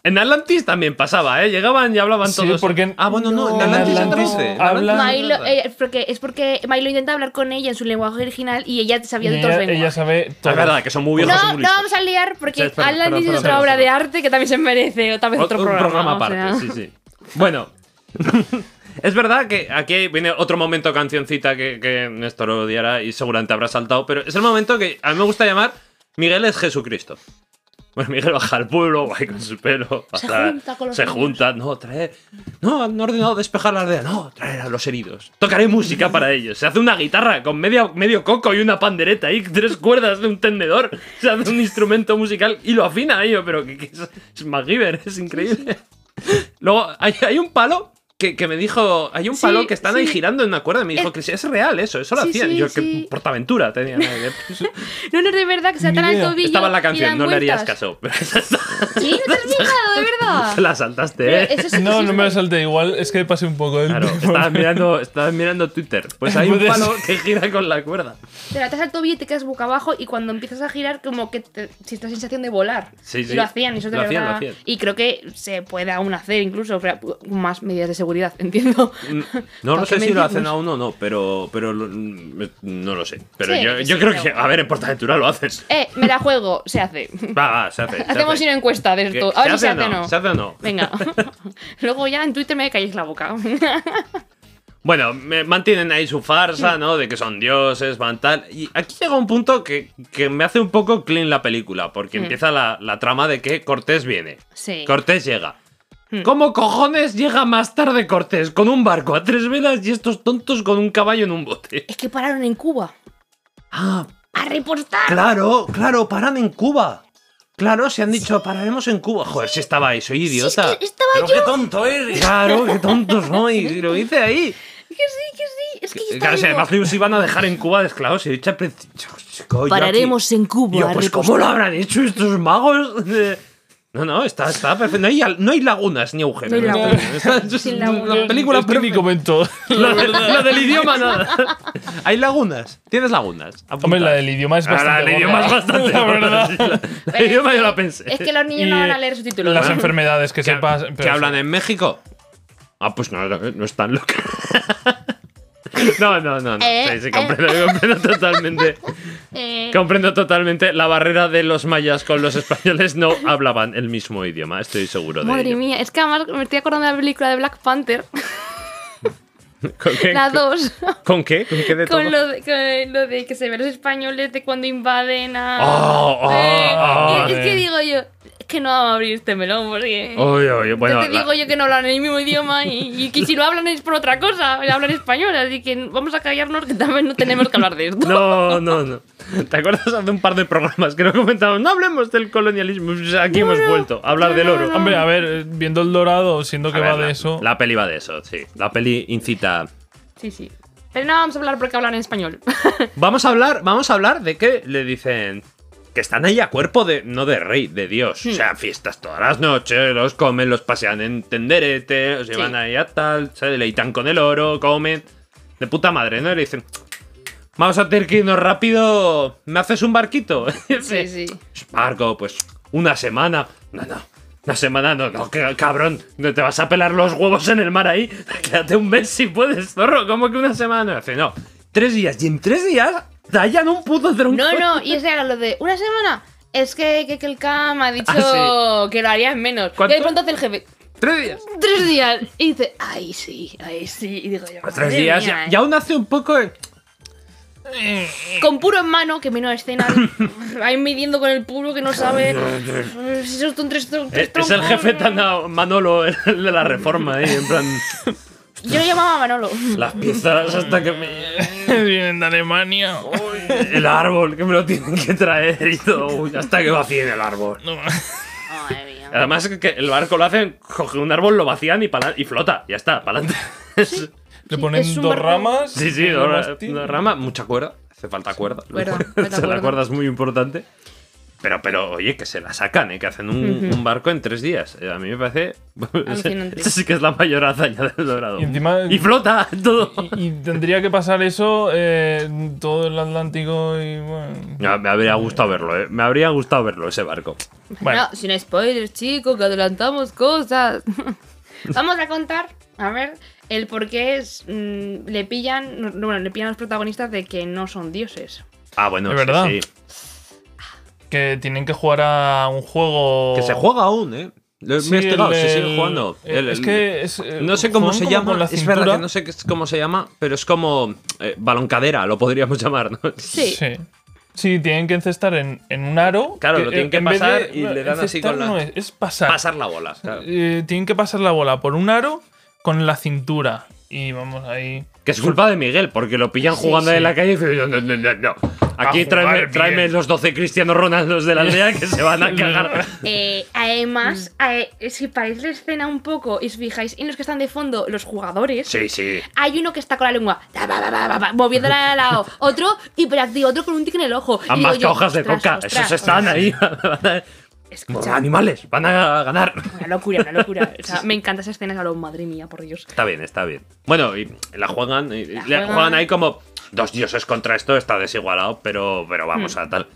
C: En Atlantis también pasaba, ¿eh? Llegaban y hablaban
B: Sí,
C: todos.
B: porque en-
C: Ah, bueno, no, en
B: en
C: Atlantis, ya te lo
B: Atlantis
C: hice. En
B: hablan-
C: Atlantis ya te
D: Milo,
C: lo hice.
D: eh, es porque, es porque Milo intenta hablar con ella en su lenguaje original y ella sabía
B: Y
D: de todos
B: ella,
D: los
B: ella
D: lenguajes.
B: sabe todo.
C: Ah, Es verdad, que son muy viejos y muy
D: No, no
C: listos.
D: vamos a liar
C: Sí,
D: porque
C: espera,
D: Alan
C: espera,
D: dice
C: espera,
D: otra
C: espera,
D: obra
C: espera.
D: de arte que también se merece, otra vez
C: Ot-
D: otro
C: un programa
D: programa. o sea.
C: aparte, sí, sí. Bueno. Es verdad que aquí viene otro momento cancioncita que, que Néstor odiará y seguramente habrá saltado, pero es el momento que a mí me gusta llamar Miguel es Jesucristo. Bueno, Pues Miguel baja al pueblo, va ahí con su pelo.
D: Se
C: pasa-
D: junta con los
C: Se
D: niños.
C: junta, no, traer. No, han ordenado despejar la aldea, no, traer a los heridos. Tocaré música para ellos. Se hace una guitarra con media, medio coco y una pandereta y tres cuerdas de un tendedor. Se hace un instrumento musical y lo afina a ello, pero que, que es, es MacGyver, es increíble. Luego, hay, hay un palo que, que me dijo. Hay un
D: Sí,
C: palo que están ahí
D: sí. Eh,
C: girando en una cuerda. Me dijo que sí, es real eso, eso lo
D: Sí,
C: hacían.
D: sí,
C: Yo,
D: sí.
C: que portaventura tenía. ¿no?
D: No, no, de verdad, que se
B: Ni
D: atan al
B: idea.
D: tobillo.
C: Estaba en la
D: y
C: canción,
D: dan
C: no le harías
D: vueltas.
C: caso. Pero esa está-
D: Sí, no te has fijado, de verdad.
C: te la saltaste,
D: Pero
C: ¿eh?
D: eso sí que
B: No,
D: sí
B: no
D: es
B: me la
D: verdad.
B: salté igual, es que pasé un poco del
C: Claro, estabas mirando, estabas mirando Twitter. Pues hay un
B: Puedes-
C: palo que gira con la cuerda.
D: Te la atas al tobillo y te quedas boca abajo y cuando empiezas a girar como que te, si esta sensación de volar.
C: Sí,
D: Y
C: sí.
D: lo hacían, eso de
C: Lo hacían,
D: verdad.
C: lo hacían.
D: Y creo que se puede aún hacer incluso, pero más medidas de seguridad, entiendo.
C: Mm, No
D: ¿Para
C: lo sé
D: qué
C: si lo
D: mentimos?
C: hacen aún o no, pero, pero lo- mm, no lo sé. Pero
D: Sí,
C: yo,
D: sí,
C: yo creo
D: pero
C: que, a ver, en Portaventura lo haces.
D: Eh, me la juego, se hace.
C: Va, va, se hace. se
D: Hacemos
C: hace.
D: una encuesta de
C: Que-
D: esto. A ver si se hace o no.
C: ¿Se hace o no?
D: Venga. Luego ya en Twitter me calléis la boca.
C: Bueno, me- mantienen ahí su farsa, ¿no? De que son dioses, van tal. Y aquí llega un punto que, que me hace un poco clean la película, porque empieza la, la trama de que Cortés viene.
D: Sí.
C: Cortés llega.
D: Hmm.
C: ¿Cómo cojones llega más tarde Cortés? Con un barco a tres velas y estos tontos con un caballo en un bote.
D: Es que pararon en Cuba.
C: Ah,
D: ¡A repostar!
C: claro, claro, paran en Cuba. Claro, se han dicho, pararemos en Cuba. Joder, si estaba ahí, soy idiota.
D: Es que estaba
E: Pero qué tonto eres.
C: Claro, qué tontos soy. y Lo hice ahí.
D: Que sí, que sí. Es que yo
C: Claro,
D: estaba
C: si además
D: vivo.
C: los iban a dejar en Cuba de esclavos. Y he dicho, al principio, chico, yo aquí-
D: en Cuba.
C: Yo, pues, ¿cómo lo habrán hecho estos magos? Eh, No, no, está, está perfecto. No hay, al- no hay lagunas ni agujeros.
D: No hay lagunas.
C: Está- es
D: Sin
C: la
D: lagunas.
C: película
B: es que ni
C: perfecta.
B: comento.
C: Lo, del- lo del idioma, nada. Hay lagunas. Tienes lagunas. Apunta.
B: Hombre, la del idioma es
C: Ah,
B: bastante.
C: la del
B: gorda.
C: idioma es bastante.
B: La
C: gorda,
B: verdad.
C: sí, la- la del idioma yo la pensé. eh,
D: Es que los niños no
B: Y
D: van a leer subtítulos.
B: Las enfermedades que
C: ¿Que,
B: sepas.
C: que hablan en México? Ah, pues no, no, no es tan loca. No, no, no, no.
D: Eh,
C: Sí, sí,
D: eh.
C: comprendo, comprendo totalmente.
D: Eh,
C: Comprendo totalmente la barrera de los mayas con los españoles. No hablaban el mismo idioma, estoy seguro de
D: madre
C: ello.
D: mía, es que además me estoy acordando de la película de Black Panther,
C: ¿Con qué?
D: la 2,
C: ¿Con qué? ¿Con qué de todo?
D: con lo de, con lo de que se ven los españoles de cuando invaden a.
C: Oh, oh,
D: Eh,
C: oh,
D: y es que
B: eh.
D: digo yo, es que no vamos a abrir este melón porque.
C: Oye, oye, bueno,
D: ya te
C: la-
D: digo yo que no hablan el mismo idioma y, y que si lo hablan es por otra cosa, hablan español, así que vamos a callarnos que también no tenemos que hablar de esto.
C: No, no, no. ¿Te acuerdas hace un par de programas que no comentamos? No hablemos del colonialismo. O sea, Aquí hemos vuelto a hablar del oro.
B: Hombre, a ver, eh, viendo el dorado, siendo
C: A
B: que
C: ver,
B: va
C: la-
B: de eso.
C: La peli va de eso, sí. La peli incita.
D: Sí, sí. Pero no vamos a hablar porque hablan en español.
C: Vamos a hablar, vamos a hablar de que le dicen. Que están ahí a cuerpo de. no de rey, de Dios. O sea, fiestas todas las noches, los comen, los pasean en tenderete, los llevan ahí a tal, se deleitan con el oro, comen. De puta madre, ¿no? Y le dicen. Vamos a tener que irnos rápido. ¿Me haces un barquito?
D: Sí, sí.
C: Marco, pues una semana. No, no. Una semana no, no, que- cabrón. No te vas a pelar los huevos en el mar ahí. Quédate un mes si puedes, zorro. ¿Cómo que una semana? Hace, no. Tres días. Y en tres días tallan un puto tronco.
D: No, no, y ese era lo de una semana. Es que, que, que el CAM ha dicho
C: Ah,
D: que lo haría en menos.
C: ¿Cuánto?
D: Y de pronto hace el jefe.
C: Tres días.
D: Tres días. Y dice, ay, sí, ay, sí. Y digo yo.
C: Pues Tres
D: madre
C: días.
D: mía,
C: ya-
D: eh.
C: Y aún hace un poco. de,
D: Con puro en mano, que menos escena. ahí midiendo con el puro que no sabe. Esos son tres, tro- tres
C: Es, Eh, es el
D: troncos.
C: jefe tan a- Manolo, el de la reforma, ahí, en plan,
D: Yo le llamaba a Manolo.
C: las piezas hasta que me...
B: Vienen de Alemania.
C: El árbol, que me lo tienen que traer y todo. Uy, hasta que vacíen el árbol.
B: No.
D: Madre mía.
C: Además, que el barco lo hacen, cogen un árbol, lo vacían y, pala- y flota. Ya está, para adelante.
B: Le
D: Sí,
B: ponen
D: es un
B: dos
D: barco.
B: ramas.
C: Sí, sí,
B: un
C: ahora,
B: mástil.
C: una rama, mucha cuerda. Hace falta cuerda.
D: cuerda,
C: O
D: falta
C: sea, la
D: cuerda.
C: cuerda es muy importante. Pero, pero, oye, que se la sacan, ¿eh? que hacen un, un barco en tres días. Eh, A mí me parece.
D: Alucinante.
C: Esa sí que es la mayor hazaña del Dorado.
B: Y encima-
C: Y flota todo.
B: Y, y tendría que pasar eso eh, todo el Atlántico y bueno.
C: No, me habría gustado verlo, ¿eh? Me habría gustado verlo ese barco.
B: Bueno,
D: No, sin spoilers, chicos, que adelantamos cosas. Vamos a contar, a ver, el por qué es. mm, le pillan. no, Bueno, le pillan a los protagonistas de que no son dioses.
C: Ah, bueno,
B: Es
C: sí,
B: verdad.
C: sí.
B: que tienen que jugar a un juego.
C: Que se juega aún, ¿eh? Lo he
B: Sí,
C: investigado,
B: el-
C: se sigue
B: el-
C: jugando. El-
B: es
C: el-
B: que es, eh,
C: No sé cómo
B: juegan
C: se
B: como
C: llama,
B: con la
C: es verdad
B: cintura.
C: que no sé qué es- cómo se llama, pero es como eh, baloncadera, lo podríamos llamar, ¿no?
D: Sí.
B: Sí. Sí, tienen que encestar en, en un aro.
C: Claro, lo tienen que
B: en vez
C: pasar y le dan así
B: encestar
C: con la-
B: no es, es pasar.
C: Pasar la bola. claro.
B: Eh, tienen que pasar la bola por un aro con la cintura. Y vamos ahí.
C: Que es culpa de Miguel, porque lo pillan
D: Sí,
C: jugando
B: sí.
C: en la calle y dicen, no, no, no, no, no. Aquí
B: jugar,
C: tráeme,
B: Miguel.
C: tráeme los 12 cristianos Ronaldos de la aldea que se van a cagar.
D: Eh, además,
C: Mm.
D: eh, si paráis la escena un poco y os fijáis en los que están de fondo, los jugadores.
C: Sí, sí.
D: Hay uno que está con la lengua ta, ba, ba, ba, ba, ba, moviéndola al lado, otro hiperactivo, otro con un tic en el ojo. Y
C: Ambas
D: digo yo,
C: hojas de
D: "Ostras,
C: coca,
D: ostras,
C: esos están
D: ostras".
C: ahí. Como
D: Escucha,
C: animales, van a ganar.
D: una locura, una locura. O sea, me encantan esas escenas, a lo madre mía, por Dios.
C: Está bien, está bien. Bueno, y la juegan, y- y la
D: juegan.
C: juegan. ahí como dos dioses contra esto, está desigualado, pero, pero vamos a tal.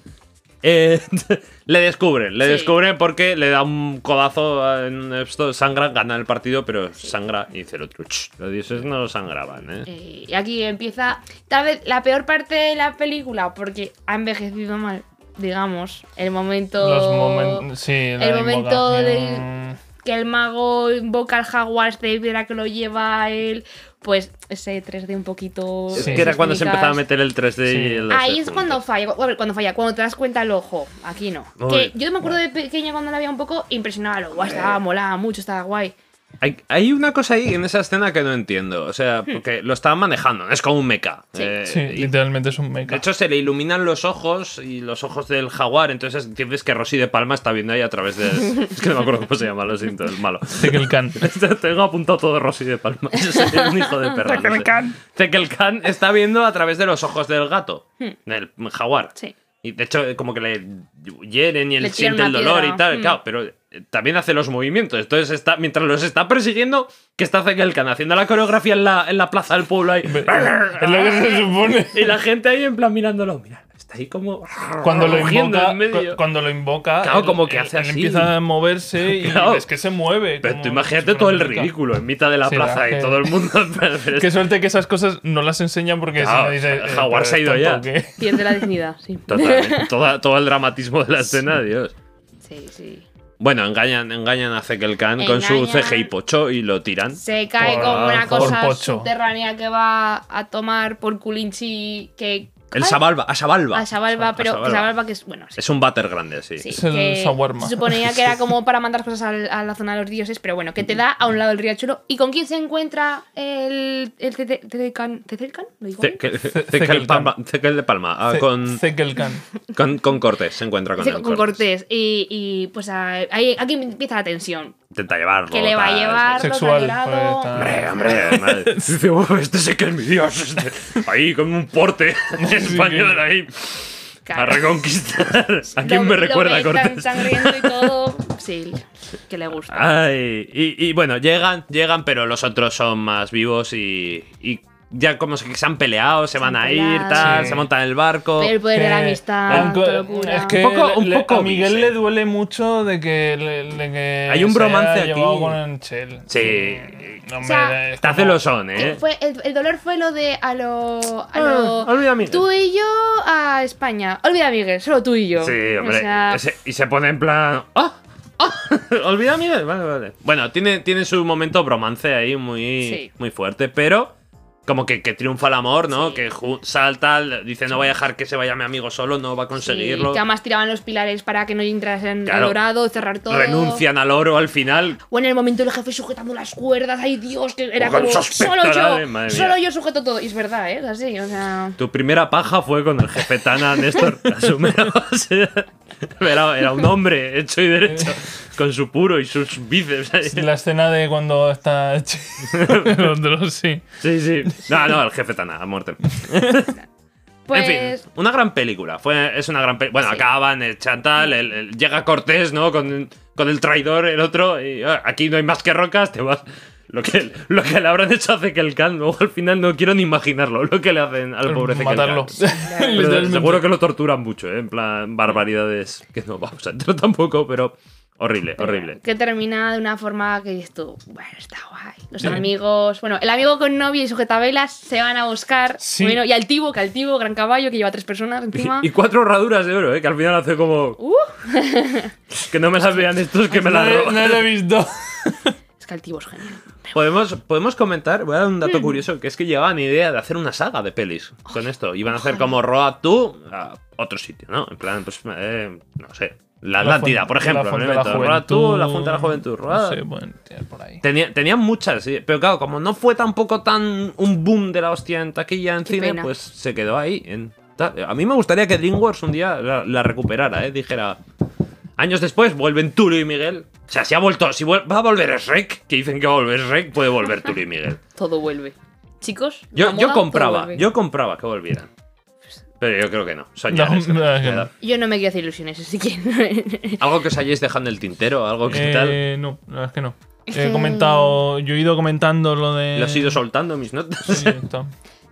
C: Eh, le descubren, le
D: Hmm. Sí.
C: descubren porque le da un codazo en esto, sangra, gana el partido, pero sangra y dice el otro. "Ch, Los dioses no sangraban, ¿eh?
D: Eh, y aquí empieza tal vez la peor parte de la película, porque ha envejecido mal, digamos, el momento
B: Los momentos. Sí, la
D: el momento de-
C: Eh,
B: invocación.
D: que el mago invoca al jaguar de piedra que lo lleva a él, pues ese 3D un poquito...
C: Es
B: Sí.
C: que era cuando se
D: técnicas.
C: empezaba a meter el 3D y
B: Sí.
C: el 2D
D: Ahí es
C: juntos.
D: cuando falla, a ver, cuando falla, cuando te das cuenta el ojo, aquí no.
C: Muy
D: Que
C: bien.
D: yo me acuerdo de pequeña cuando la veía un poco, impresionaba lo guay, estaba molaba mucho, estaba guay.
C: Hay, hay una cosa ahí en esa escena que no entiendo. O sea, porque lo estaban manejando, es como un mecha.
D: Hmm. Sí.
C: Eh,
B: Sí,
C: y-
B: literalmente es un mecha.
C: De hecho, se le iluminan los ojos y los ojos del jaguar. Entonces entiendes que Rosy de Palma está viendo ahí a través de. Es que no me acuerdo cómo se llama, lo siento, el malo.
B: Tekelkan.
C: Tengo apuntado todo Rosy de Palma. Yo soy un hijo de perra. no sé. Tekelkan está viendo a través de los ojos del gato, del jaguar.
D: Hmm. Sí.
C: Y de hecho, eh, como que le hieren y él
D: Le tiran
C: siente el
D: una
C: dolor
D: piedra.
C: y tal.
D: Mm.
C: Claro, pero eh, también hace los movimientos. Entonces, está, mientras los está persiguiendo, que está Tekelkan haciendo la coreografía en la, en la plaza del pueblo ahí.
B: es lo que se supone.
C: Y la gente ahí en plan mirándolo, mira, está ahí como
B: Cuando lo
C: rugiendo
B: invoca,
C: en medio.
B: cu- cuando lo invoca,
C: Claro,
B: él-
C: como que
B: él-
C: hace
B: él
C: así.
B: empieza a moverse y
C: Claro.
B: es que se mueve.
C: Pero
B: como
C: tú imagínate
B: si fuera
C: todo
B: un
C: el
B: mecha.
C: ridículo en mitad de la
B: Sí, la
C: plaza y
B: gente-
C: todo el mundo. en plan, pero es-
B: Qué suerte que esas cosas no las enseñan porque
C: Claro,
B: si no dice. eh,
C: el jaguar se ha ido ya".
D: Pierde la dignidad, sí.
C: Totalmente, toda- todo el dramatismo de la escena, Dios.
D: Sí, sí.
C: Bueno, engañan, engañan a Zekelkan con su
D: Engañan.
C: CGI pocho y lo tiran.
D: Se cae
B: Por-
D: como una
B: por
D: cosa
B: pocho.
D: subterránea que va a tomar por culinchi que...
C: El
D: Ay,
C: Sabalba, a Sabalba.
D: A Sabalba, pero
C: Sabalba.
D: que Sabalba que es... Bueno, sí.
C: Es un váter grande, sí.
D: sí,
B: Es el
D: que
B: shawarma.
D: Se suponía que era como para mandar cosas al- a, la zona de los dioses, pero bueno, que te da a un lado el riachuelo. ¿Y con quién se encuentra el... el Tetelcan? ¿Tetelcan? ¿Lo digo bien?
C: Zekel- Zekel
B: Zekelkan.
C: Palma- Zekel de Palma, ah, con,
B: Zekelkan.
C: con, con Cortés, se encuentra con,
D: Sí,
C: él,
D: con Cortés. Y, y, pues a- ahí, aquí empieza la tensión.
C: Intenta llevarlo.
D: Que le va a
C: tal,
D: llevar
B: Sexual,
D: Lo
B: pues,
D: que
B: está-
C: Hombre, hombre, madre. Dice, "Uf, este sí que es mi Dios. este". Ahí con un porte español ahí a reconquistar. ¿A quién me recuerda
D: Cortés?
C: Cortés?
D: Sangriento y todo. Sí, que le gusta.
C: Ay, y, y bueno, llegan, llegan, pero los otros son más vivos y, y ya como que se han peleado, se van
D: han
C: a ir,
D: peleado.
C: tal,
B: Sí.
C: se montan en el barco.
D: Pero el poder de la
B: Que-
D: amistad,
B: Aunque-
D: la locura.
B: Es que
C: Un poco- un
B: le-
C: poco
B: a Miguel
C: Vince.
B: le duele mucho de que, le- de que
C: Hay un
B: se
C: bromance
B: haya
C: aquí.
B: llevado con Chell.
C: Sí.
B: No, hombre,
D: sea,
B: es
C: Está
B: como-
C: celosón, ¿eh?
D: Fue- el, el dolor fue lo de a lo. A lo
C: Ah, olvida a Miguel.
D: tú y yo a España. Olvida a Miguel, solo tú y yo.
C: Sí,
D: O
C: hombre.
D: sea,
C: ese- y se pone en plan. ¡Ah! ¡Ah! Olvida a Miguel. Vale, vale. Bueno, tiene, tiene su momento bromance ahí muy,
D: Sí.
C: muy fuerte, pero Como que, que triunfa el amor, ¿no?
D: Sí.
C: Que ju- salta, dice, no voy a dejar que se vaya mi amigo solo, no va a conseguirlo.
D: Sí, que además tiraban los pilares para que no entrasen
C: Claro.
D: al dorado, cerrar todo.
C: Renuncian al oro al final.
D: O en el momento del jefe sujetando las cuerdas, ay Dios, que era
C: Ojo,
D: como
C: esos
D: solo
C: pectorales, madre
D: yo,
C: mía".
D: solo yo sujeto todo. Y es verdad, ¿eh? Es así, o sea.
C: Tu primera paja fue con el jefe Tana, Néstor. asúmelo. O sea, era, era un hombre hecho y derecho, con su puro y sus bíceps.
B: La escena de cuando está. en Londres, sí.
C: Sí, sí. No, no, el jefe Tana, a muerte.
D: Pues.
C: En fin, una gran película. Fue, es una gran película. Bueno,
D: Sí.
C: acaban, el Chantal, el- el- llega Cortés, ¿no? Con, con el traidor, el otro. Y ah, aquí no hay más que rocas, te vas. Lo que, lo que le habrán hecho hace que el Khan, luego al final no quiero ni imaginarlo, lo que le hacen al pobre
B: Mm, Matarlo.
C: Pero
B: Literalmente.
C: seguro que lo torturan mucho, ¿eh? En plan, barbaridades que no vamos a entrar tampoco, pero horrible, horrible.
D: Que termina de una forma que dices tú, bueno, está guay. Los amigos, bueno, el amigo con novia y sujetabelas se van a buscar.
B: Sí.
D: Bueno, y al tibo, que al tibo, gran caballo, que lleva tres personas encima.
C: Y, y cuatro herraduras de oro, ¿eh? Que al final hace como...
D: Uh.
C: que no me las vean estos que me
B: No
C: las
B: lo-
C: roban.
B: no lo he visto.
D: Es que el tibo es genial.
C: Podemos, podemos comentar, voy a dar un dato curioso, que es que llevaban idea de hacer una saga de pelis con esto. Iban a hacer como Road to a otro sitio, ¿no? En plan, pues, eh, no sé. La Atlántida,
B: Fun-
C: por ejemplo.
B: La Fuente de la
C: obviamente. Road to, la Junta de la Juventud.
B: No
C: Road-
B: sé, pueden tirar por ahí.
C: Tenía- tenían muchas, sí. Pero claro, como no fue tampoco tan un boom de la hostia en taquilla en
D: Qué
C: cine,
D: pena.
C: pues se quedó ahí. en tal. A mí me gustaría que DreamWorks un día la, la recuperara, ¿eh? Dijera... Años después vuelven Tulio y Miguel. O sea, si ha vuelto, si vuel- va a volver Shrek, que dicen que va a volver Shrek, puede volver Tulio y Miguel.
D: Todo vuelve. Chicos, la
C: Yo,
D: moda,
C: yo
D: todo
C: compraba,
D: vuelve.
C: yo compraba que volvieran. Pero yo creo que no. Soñar
B: No,
C: es-
B: no, no.
C: ya.
D: Yo no me quiero hacer ilusiones, así que.
C: Algo que os hayáis dejado en el tintero, algo que tal.
B: Eh, no, la verdad es que no.
D: Es
B: He
D: que-
B: comentado, yo he ido comentando lo de.
C: Lo he ido soltando mis notas.
B: Sí, está.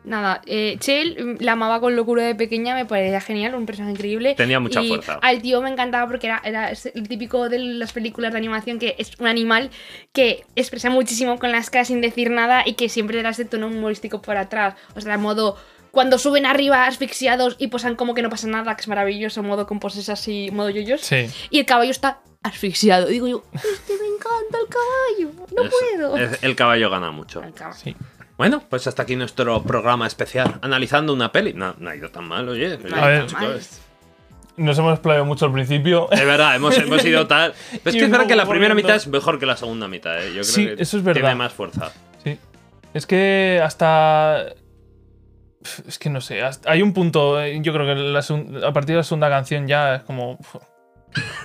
D: Nada, eh, Chell mm, la amaba con locura de pequeña, me parecía genial, un personaje increíble.
C: Tenía mucha
D: Y
C: fuerza.
D: Al tío me encantaba porque era, era es el típico de las películas de animación que es un animal que expresa muchísimo con las caras sin decir nada y que siempre era ese tono humorístico por atrás. O sea, modo. Cuando suben arriba asfixiados y posan como que no pasa nada, que es maravilloso, modo con poses así, modo yoyos.
B: Sí.
D: Y el caballo está asfixiado. Digo yo, es que me encanta el caballo, no
C: Es-
D: puedo.
C: es- el caballo gana mucho.
D: El caballo.
B: sí.
C: Bueno, pues hasta aquí nuestro programa especial analizando una peli. No, no ha ido tan mal, oye.
D: No
B: A ver.
D: está mal.
B: Nos hemos explayado mucho al principio.
C: Es verdad, hemos, hemos ido tal. Pero es
B: Y
C: que es
B: un
C: verdad que la
B: poco
C: primera
B: volviendo.
C: mitad es mejor que la segunda mitad, ¿eh? Yo creo
B: Sí,
C: que
B: eso es verdad.
C: tiene más fuerza.
B: Sí. Es que hasta. Pf, Es que no sé. hasta- Hay un punto. eh, Yo creo que la segun- a partir de la segunda canción ya es como. pf,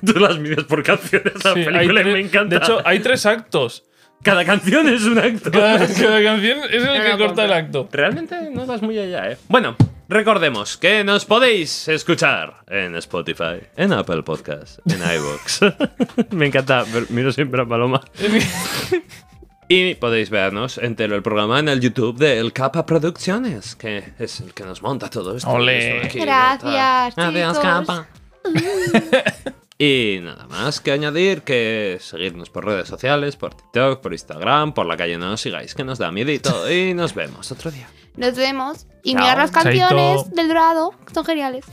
C: Tú las mides por canciones, la
B: sí, hay
C: película y
B: tres-
C: me encanta.
B: De hecho, hay tres actos.
C: cada canción es un acto.
B: Cada, cada canción es el
D: No
B: que
D: lo
B: corta el
D: compro.
B: acto.
C: Realmente no vas muy allá, ¿eh? Bueno, recordemos que nos podéis escuchar en Spotify, en Apple Podcast, en iVoox. Me encanta, pero miro siempre a Paloma. Y podéis vernos entero el programa en el YouTube de El Capa Producciones, que es el que nos monta todo esto.
B: Ole.
C: Esto aquí,
D: Gracias,
C: tal. Gracias,
D: chicos.
C: Capa. Y nada más que añadir que seguirnos por redes sociales, por TikTok, por Instagram, por la calle no nos sigáis, que nos da miedito. Y nos vemos otro día.
D: Nos vemos. Y
C: Chao.
D: mirad las
B: Chaito.
D: canciones del Dorado, que son geniales.